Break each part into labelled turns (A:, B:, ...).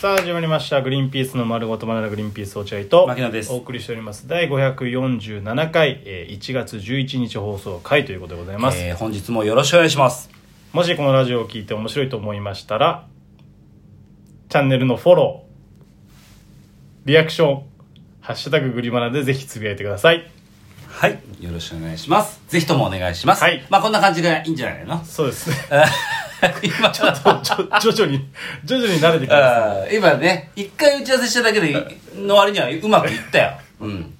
A: さあ始まりました「グリーンピースの丸ごとバナナグリーンピース落合」と
B: 牧野です
A: お送りしております第547回、えー1月11日放送回ということでございます、
B: えー本日もよろしくお願いします
A: もしこのラジオを聞いて面白いと思いましたらチャンネルのフォローリアクション「ハッシュタググリバナ」でぜひつぶやいてください
B: はいよろしくお願いしますぜひともお願いします
A: はい
B: まあこんな感じがいいんじゃない の
A: そうですね
B: 今ちょっ
A: ちょ徐々に徐々に慣れてきます
B: 今ね一回打ち合わせしただけでの割にはうまくいったようん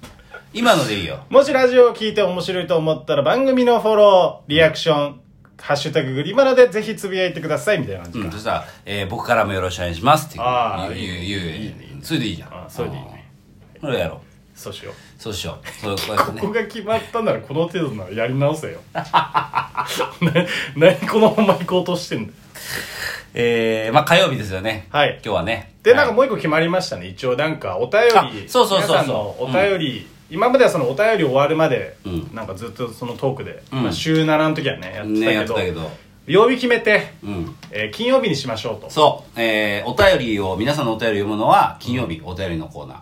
B: 今のでいいよ
A: もしラジオを聞いて面白いと思ったら番組のフォロー、リアクション、ハッシュタググリバナでぜひつぶやいてくださいみたいな感じ
B: う
A: か。
B: ん、そしたら、えー僕からもよろしくお願いしますっていう
A: あー
B: 言う言う言うそれでいいじゃん
A: あそれでいいね。
B: それやろう
A: そうしよう。
B: そうしようそうこうやって
A: ここ
B: ね
A: が決まったならこの程度ならやり直せよ。 な何このまま行こうとしてんだよ
B: えー、まあ火曜日ですよね
A: はい
B: 今日はね
A: で、なんかもう一個決まりましたね。一応なんかお便り、
B: あそうそうそうそう
A: 皆さんのお便り、今まではそのお便り終わるまで、
B: うん
A: なんかずっとそのトークで、
B: うん
A: まあ週7の時はね、やって
B: ねやって
A: た
B: た
A: け
B: け
A: ど、
B: ど
A: 曜日決めて、
B: うん
A: えー金曜日にしましょうと。
B: そう、えー、お便りを、皆さんのお便りを読むのは、金曜日、お便りのコーナー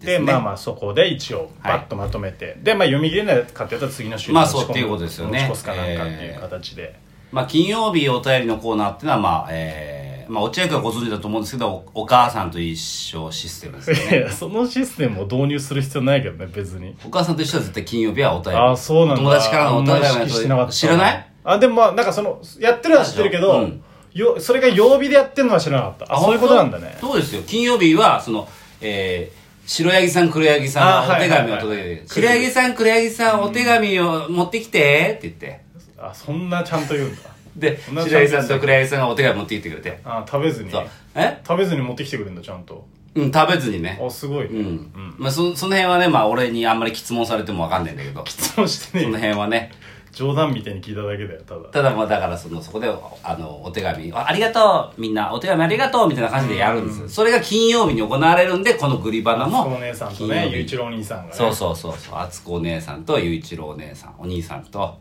A: で
B: です、ね。
A: まあまあそこで一応
B: はい
A: バッとまとめて、でまあ読み切れないかってやったら次の週
B: まあ
A: 持ち込む
B: そうっていうことですよね
A: 持ち越すかなんかっていう形で、
B: まあ、金曜日、お便りのコーナーっていうのは、まあ、えー、まあ、落合君はご存知だと思うんですけど、おお母さんと一緒システムですよ
A: い
B: ね。
A: やそのシステムを導入する必要ないけどね別に
B: お母さんと一緒は絶対金曜日はお便り。
A: ああそうなんだ
B: 友達からのお便り
A: あんま
B: は
A: 意識してなかった
B: 知らない
A: あでもまあなんかそのやってるのは知ってるけど、
B: うん
A: よそれが曜日でやってるのは知らなかったあそういうことなんだね
B: そうですよ。金曜日は、その、えー、白ヤギさん、黒ヤギさ
A: あ
B: んがお
A: はい
B: 手紙を
A: はい
B: 届
A: はい
B: けて、白ヤギさん、黒ヤギさん、お手紙を持ってきて、って言って。
A: あそんなちゃんと言うんだ
B: で、
A: 同じ
B: 白ヤギさんと黒ヤギさんがお手紙持ってきてくれて。
A: あ食べずに
B: そう
A: 食。
B: え
A: べずに持ってきてくれるんだちゃんと
B: うん、食べずにね。
A: あすごい、
B: う
A: ね
B: ん。まあ、そ、その辺はね、まあ、俺にあんまり質問されてもわかんないんだけど、そ
A: 質問して
B: の
A: ね
B: 辺はね。
A: 冗談みたいに聞いただけだよただ
B: ただまあ、だから、その、そこで、あの、お手紙、あありがとうみんな、お手紙ありがとうみたいな感じでやるんですよ。それが金曜日に行われるんで、このグリバナ
A: そ
B: も。
A: のお姉さんと
B: 金曜
A: ね
B: 日
A: ゆういちろうお兄さんがね
B: そうそうそうそう。あつこお姉さんと、ゆういちろうお姉さん、お兄さんと、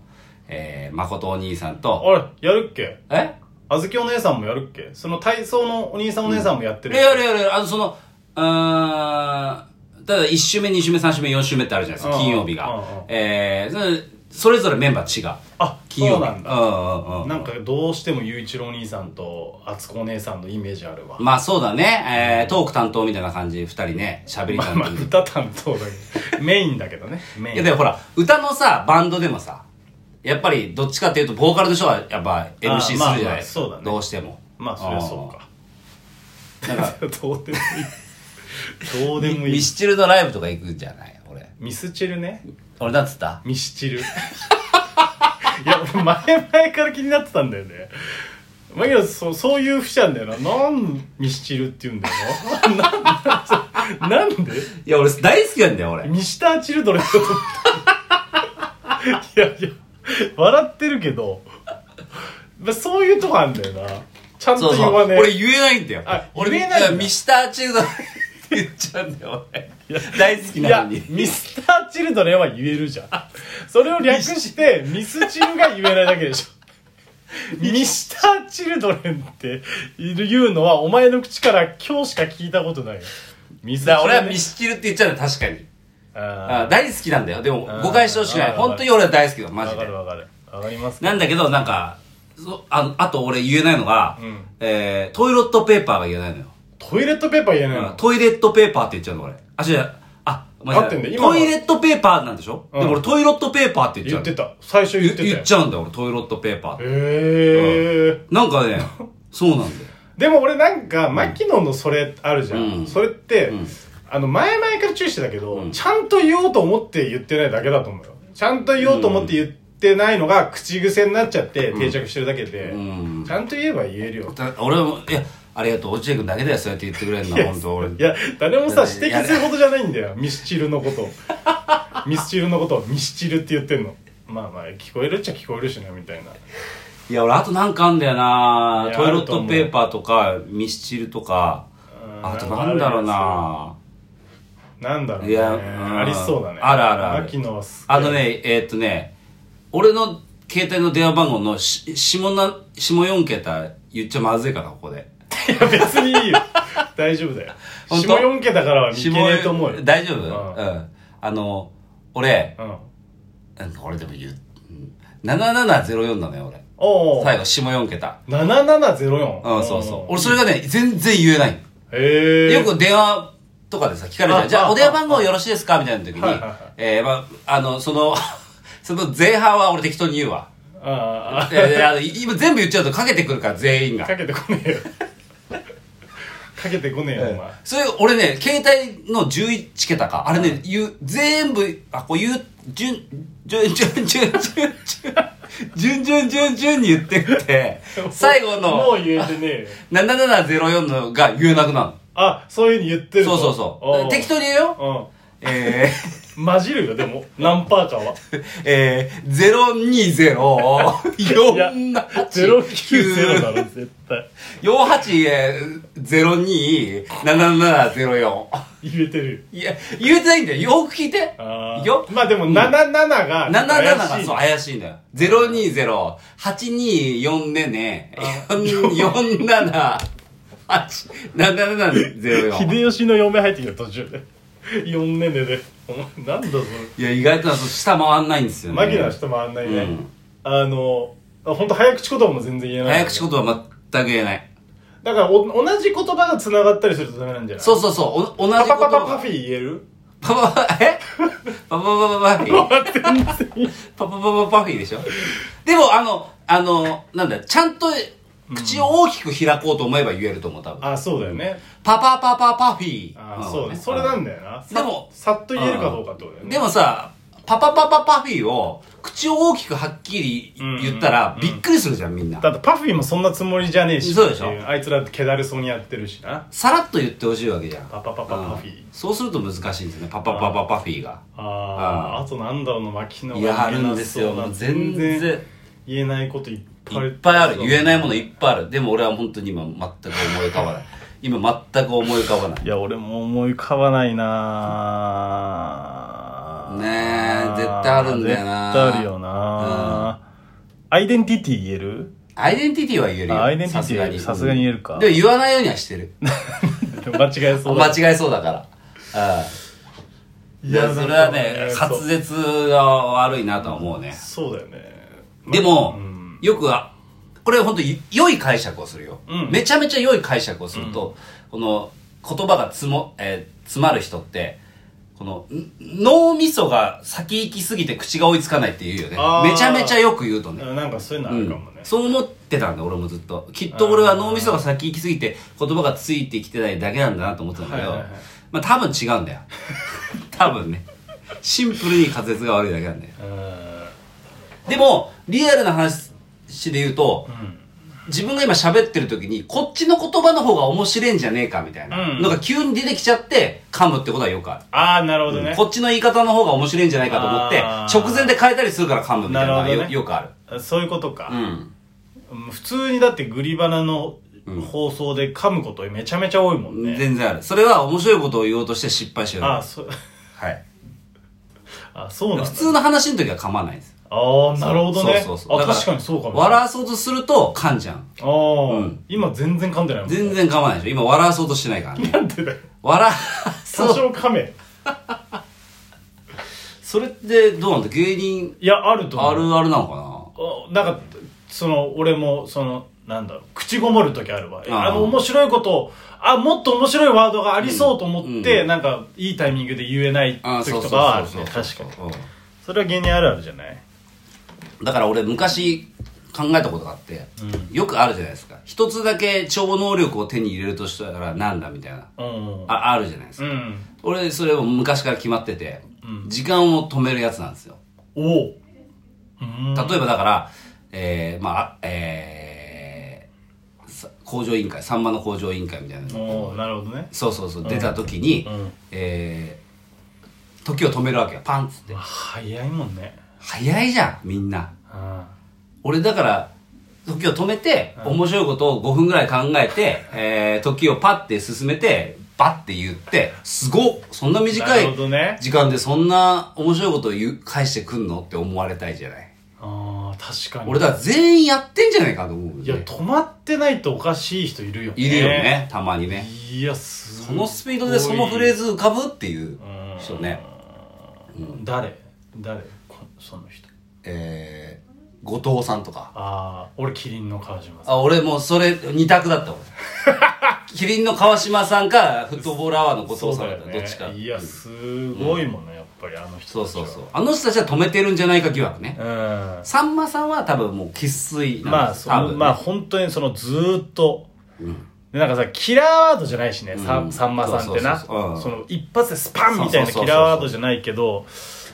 B: えー、まことお兄さんと、
A: あれやるっけ
B: え
A: あずきお姉さんもやるっけその体操のお兄さんお姉さんもやってる、
B: レアレアレア、あの、その、うーん、ただ1週目、2週目、3週目、4週目ってあるじゃないですか、
A: うん
B: 金曜日
A: うんうん
B: が。えー、そそれぞれメンバー違う。
A: あ
B: 金曜日。
A: そうなんだ
B: うんうんうん。
A: なんかどうしてもゆういちろうお兄さんとあつこお姉さんのイメージあるわ
B: まあそうだね、えー、トーク担当みたいな感じ、二人ね、喋り
A: ま
B: 担
A: あ
B: 当
A: まあ。歌担当だけどメインだけどねメ
B: い
A: イ
B: や
A: ン
B: でもほら、歌のさ、バンドでもさ、やっぱりどっちかっていうと、ボーカルの人はやっぱ MC するじゃ
A: あーまあま
B: な
A: あ
B: い
A: そうだね
B: どうしても。
A: まあそりゃそうか
B: うん。なんか、
A: どうでもいいどうでもいい
B: ミスチルのライブとか行くじゃない俺。
A: ミスチルね
B: 俺なんつった
A: ミスチルいや俺前々から気になってたんだよねマギラそうそういう節なんだよななんミスチルって言うんだよ ななんなんで
B: いや、俺大好きなんだよ、俺。
A: ミスター・チルドレンだと思ったいやいや笑ってるけどまあそういうとこあんだよなちゃん
B: そ
A: と
B: う
A: 言
B: そう。
A: わねえ
B: 俺言えないんだよ
A: あ。
B: 俺
A: 言えないん
B: や
A: だ
B: ミスターチルドレンって言っちゃうんだよ、俺。大好き
A: い
B: な
A: や
B: のに。
A: ミスター・チルドレンは言えるじゃんそれを略してミスチルが言えないだけでしょミスター・チルドレンって言うのはお前の口から今日しか聞いたことないよミスチ
B: だ
A: ル
B: から
A: ね
B: 俺はミスチルって言っちゃうんだよ、確かに。
A: あ
B: あ大好きなんだよ。でも
A: あー、
B: 誤解してほしくな
A: あ
B: い。
A: ー
B: 本当に俺は大好きだよ、
A: ー
B: マジ
A: わか
B: で
A: る。わかるわかります
B: なんだけど、なんか、そああと俺言えないのが
A: ん、
B: えートイレットペーパーが言えないのよ。
A: トイレットペーパー言えないの
B: トイレットペーパーって言っちゃうの、俺。あ、違う。あ、ごめんなさ
A: 合ってんだ
B: い
A: よ今は
B: トイレットペーパーなんでしょ
A: うん
B: でも俺トイレットペーパーって言っちゃ
A: 言
B: う
A: っ
B: の。
A: てた最初言ってたよ
B: 言っちゃうんだよ、俺、トイレットペーパーって。
A: へえ、
B: なんか ね、そうなんだよ。
A: でも俺なんか牧野のそれあるじゃん、
B: うん
A: それって、
B: ん
A: あの前々から注意してたけど、
B: うん
A: ちゃんと言おうと思って言ってないだけだと思うよちゃんと言おうと思って言ってないのが口癖になっちゃって定着してるだけで、
B: うん
A: ちゃんと言えば言えるよ、
B: だ俺も、いや、ありがとう、落合君だけだよ、そうやって言ってくれるの、本当俺。
A: いや誰もさ
B: いや
A: 指摘するほどじゃないんだよミスチルのこと ミスチルのことをミスチルって言ってんのまあまあ聞こえるっちゃ聞こえるしなみたいない
B: や、俺、あとなんかあんだよない
A: や
B: トイレットペーパーとか、ミスチルとか、
A: うん
B: あとなんだろうな
A: なんだろうね
B: いやうん
A: ありそうだね
B: あるあるある
A: 牧野はすげえ
B: あのね、えーっとね、俺の携帯の電話番号のし下な、下4桁言っちゃまずいかな、ここで。
A: いや別にいいよ大丈夫だよ
B: 本当
A: 下4桁からは見けねえと思うよ、
B: 大丈夫
A: う
B: うんん、あの俺
A: うん、
B: なんか俺でも言ううん7704なのよ俺
A: おうおう
B: 最後下4桁
A: 7704
B: うんそうそう俺それがね全然言えない
A: へえ
B: よく電話とかでさ聞かれるじゃ
A: あ
B: んじゃあお電
A: あ
B: 話番号よろしいですかみたいな時に
A: はいはいはい
B: えーまああのその その前半は俺適当に言うわ
A: あ
B: でであの今全部言っちゃうとかけてくるから全員
A: あ
B: が
A: かけてこねえよ かけてこねえよお前
B: それ俺ね携帯の11桁かあれね言う全部あこう言う順順順順順順順順順順に言ってって最後
A: もう
B: の
A: もう言えてねえよ
B: 7704のが言えなくな
A: あそういうふうに言って
B: る
A: る
B: そうそうそう適当に言うよ
A: 当
B: え
A: うん混じるよでも何パーか は
B: ー、えー、02048
A: 090だろ絶対
B: 48027704
A: 言えてるよ
B: いや言うてないんだよよく聞いて
A: あ
B: い
A: ー
B: くよ
A: まあでも77が
B: 77が
A: 怪しい
B: そう怪しいんだよ。020-824ねね。47、8、7704。
A: 秀吉の嫁入ってきた途中で4年ででお前なんだそれ
B: いや、意外とそう下回んないんですよね。
A: マギな人もあんないね、
B: うん
A: あの本当早口言葉も全然言えない
B: 早口言葉全く言えない。
A: だからお同じ言葉がつながったりするとダメなんじゃない
B: そうそうそう、お同じ
A: パ
B: こと
A: パパパパフィー言える
B: パパパ、えパパパパパフィー。 パパパパパフィーでしょでも、あの、あの、なんだ、ちゃんと口を大きく開こうと思えば言えると思う、多分。
A: あそうだよね
B: パパパパパフィー。
A: あ
B: ん
A: そうねそれなんだよな
B: で
A: さ
B: も
A: さっと言えるかどうかってことだよね
B: でもさ、パパパパパフィーを口を大きくはっきり言ったらびっくりするじゃん、みんな。
A: だってパフィーもそんなつもりじゃねえし
B: そうでしょ
A: っていあいつらってけだるそうにやってるしな
B: さらっと言ってほしいわけじゃん。
A: パパパパパフィー
B: うんそうすると難しいんですね、パパパパパフィーが。
A: あーあとなんだろうな牧野が
B: いやあるん
A: 言えなそうな
B: ですよもう全然
A: 言えないこといっぱい
B: いっぱいある。言えないいものいっぱいある。でも俺は本当に今全く思い浮かばない。今全く思い浮かばない。
A: いや俺も思い浮かばないなぁ
B: ねえ絶対あるんだよな
A: 絶対あるよな、アイデンティティ言える
B: アイデンティティは言えるよ。
A: あアイデンティティは言えるさすがに言えるか
B: でも言わないようにはしてる。
A: 間違えそうだ
B: 間違えそうだから。うん。いや、それはね、滑舌が悪いなとは思うね。
A: そうだよね
B: でも
A: うん、
B: よくあ、これ本当に良い解釈をするよ
A: うん。
B: めちゃめちゃ良い解釈をすると、この言葉がつも、えー詰まる人って、この、ん脳みそが先行きすぎて口が追いつかないって言うよね
A: あ。ー
B: めちゃめちゃよく言うとね。
A: なんかそういうのあるかもね、
B: そう思ってたんだ俺もずっときっと俺は脳みそが先行きすぎて言葉がついてきてないだけなんだなと思ってたんだけど、
A: はいはいはい
B: まあ多分違うんだよ 多分ねシンプルに滑舌が悪いだけなんだよ
A: うん
B: でもリアルな話で言うと自分が今喋ってる時にこっちの言葉の方が面白いんじゃねえかみたいな
A: うん
B: のが急に出てきちゃって噛むってことはよくある
A: ああなるほどね、
B: こっちの言い方の方が面白いんじゃないかと思って
A: あー
B: 直前で変えたりするから噛むみたいなのがよ,、
A: なるほどね
B: よくある
A: そういうことか
B: う、ん
A: うん普通にだってグリバナの
B: うん
A: 放送で噛むことめちゃめちゃ多いもんね、
B: 全然ある。それは面白いことを言おうとして失敗してる。
A: ああそ
B: はい。
A: あそうなんだ
B: 普通の話の時は噛まないです。
A: ああなるほどね
B: そうそうそう。
A: あ
B: だら
A: 確かにそうかも
B: 笑わそうとすると噛んじゃん。
A: ああ、
B: うん
A: 今全然噛んでないもん
B: 全然噛まないでしょ。今笑わそうとしてないからね。
A: なんでだよ
B: 笑わ
A: 多
B: そう。
A: 少噛め
B: それってどうなんだ芸人
A: いやあると思う
B: あるあるなのか
A: あなんかその俺もそのなんだろう口ごもる時あるわ
B: ああ
A: あの面白いことをあもっと面白いワードがありそうと思って、
B: うんうん
A: なんかいいタイミングで言えない
B: なあー
A: 時とかはあるね
B: そう
A: 確
B: そ
A: か
B: う
A: に
B: そう
A: それは芸人あるあるじゃない
B: うんだから俺昔考えたことがあって、
A: う
B: よくあるじゃないですか。一つだけ超能力を手に入れるとしたらなんだみたいな。
A: うんうん
B: ああるじゃないですか。
A: うん
B: 俺それを昔から決まってて、
A: うん
B: 時間を止めるやつなんですよ
A: おおうん
B: 例えばだから、えー、まあえーさ工場委員会さんまの工場委員会みたいなの
A: おーなるほどね
B: そうそうそう出た時に、
A: うん
B: えー時を止めるわけよパンっつって
A: 早いもんね
B: 早いじゃんみんな
A: うん
B: 俺だから時を止めて、面白いことを5分ぐらい考え て、えー時をパッて進めてバッて言ってすごっそんな短
A: ないるほどね
B: 時間でそんな面白いことを言う返してくんのって思われたいじゃない
A: ああ確かに
B: 俺だから全員やってんじゃないかと思う、ね、
A: いや止まってないとおかしい人いるよね
B: いるよねたまにね
A: いやす
B: そのスピードでそのフレー
A: ズ
B: ズ浮かぶっていう人ねうん
A: 誰誰こその人
B: えー、後藤さんとか
A: ああ俺キリンの川島さん
B: あ俺もうそれ二択だった 俺キリンの川島さんかフットボールアワーの後藤さんだった、どっちか
A: いやすごいもんねやっぱりあの人
B: そうそう
A: う
B: そうあの人たちは止めてるんじゃないか疑惑ね、
A: うん
B: さんまさんは多分もう生粋な
A: ま
B: ん
A: あ
B: です
A: そ
B: 多分
A: の
B: ね、
A: まあ本当にそのずーっと、でなんかさキラーワードじゃないしね、さ
B: うん
A: さんまさんってな
B: そうそうそううん
A: その一発でスパンみたい
B: そ
A: な
B: うそうそうそう
A: キラーワードじゃないけど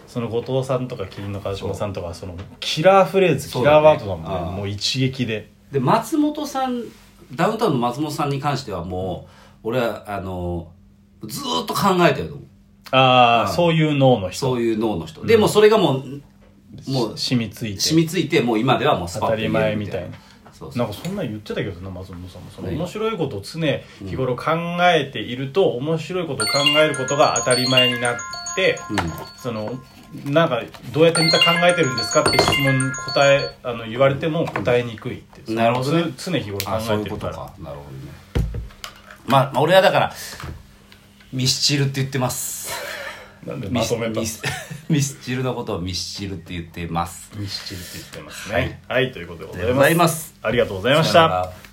A: その後藤さんとか麒麟の川島さんとかそのキラーフレーズ
B: そ
A: キ
B: うだね
A: ラーワードだもんね
B: ああ
A: もう一撃で
B: で松本さんダウンタウンの松本さんに関してはもう俺はあのずーっと考えてると思う
A: ああ、
B: うん
A: そういう脳の人
B: そういう脳の人、でもうそれがもうもう
A: 染みついて
B: 染みついてもう今ではもうスパ
A: 当
B: ッと
A: たり
B: 言
A: 前
B: える
A: みたいな
B: そうそ
A: な
B: うん
A: かそんなん言ってたけどな松本さんもその
B: ね
A: 面白いことを常日頃考えていると、面白いことを考えることが当たり前になって、そのなんかどうやってネタ考えてるんですかって質問答えあの言われても答えにくいってその
B: なるほどね
A: つ常日頃考
B: あそう
A: え
B: い
A: て
B: うこ
A: る
B: と
A: か
B: からなるほどねまあまあ俺はだからミスチルって言ってます
A: なんでま
B: ミス
A: とめた
B: ミ
A: ミス
B: ス ミスチルのことをミスチルって言ってます
A: チルって言ってますねはい、ということでございます
B: ございます
A: ありがとうございまし
B: さよ
A: た
B: なら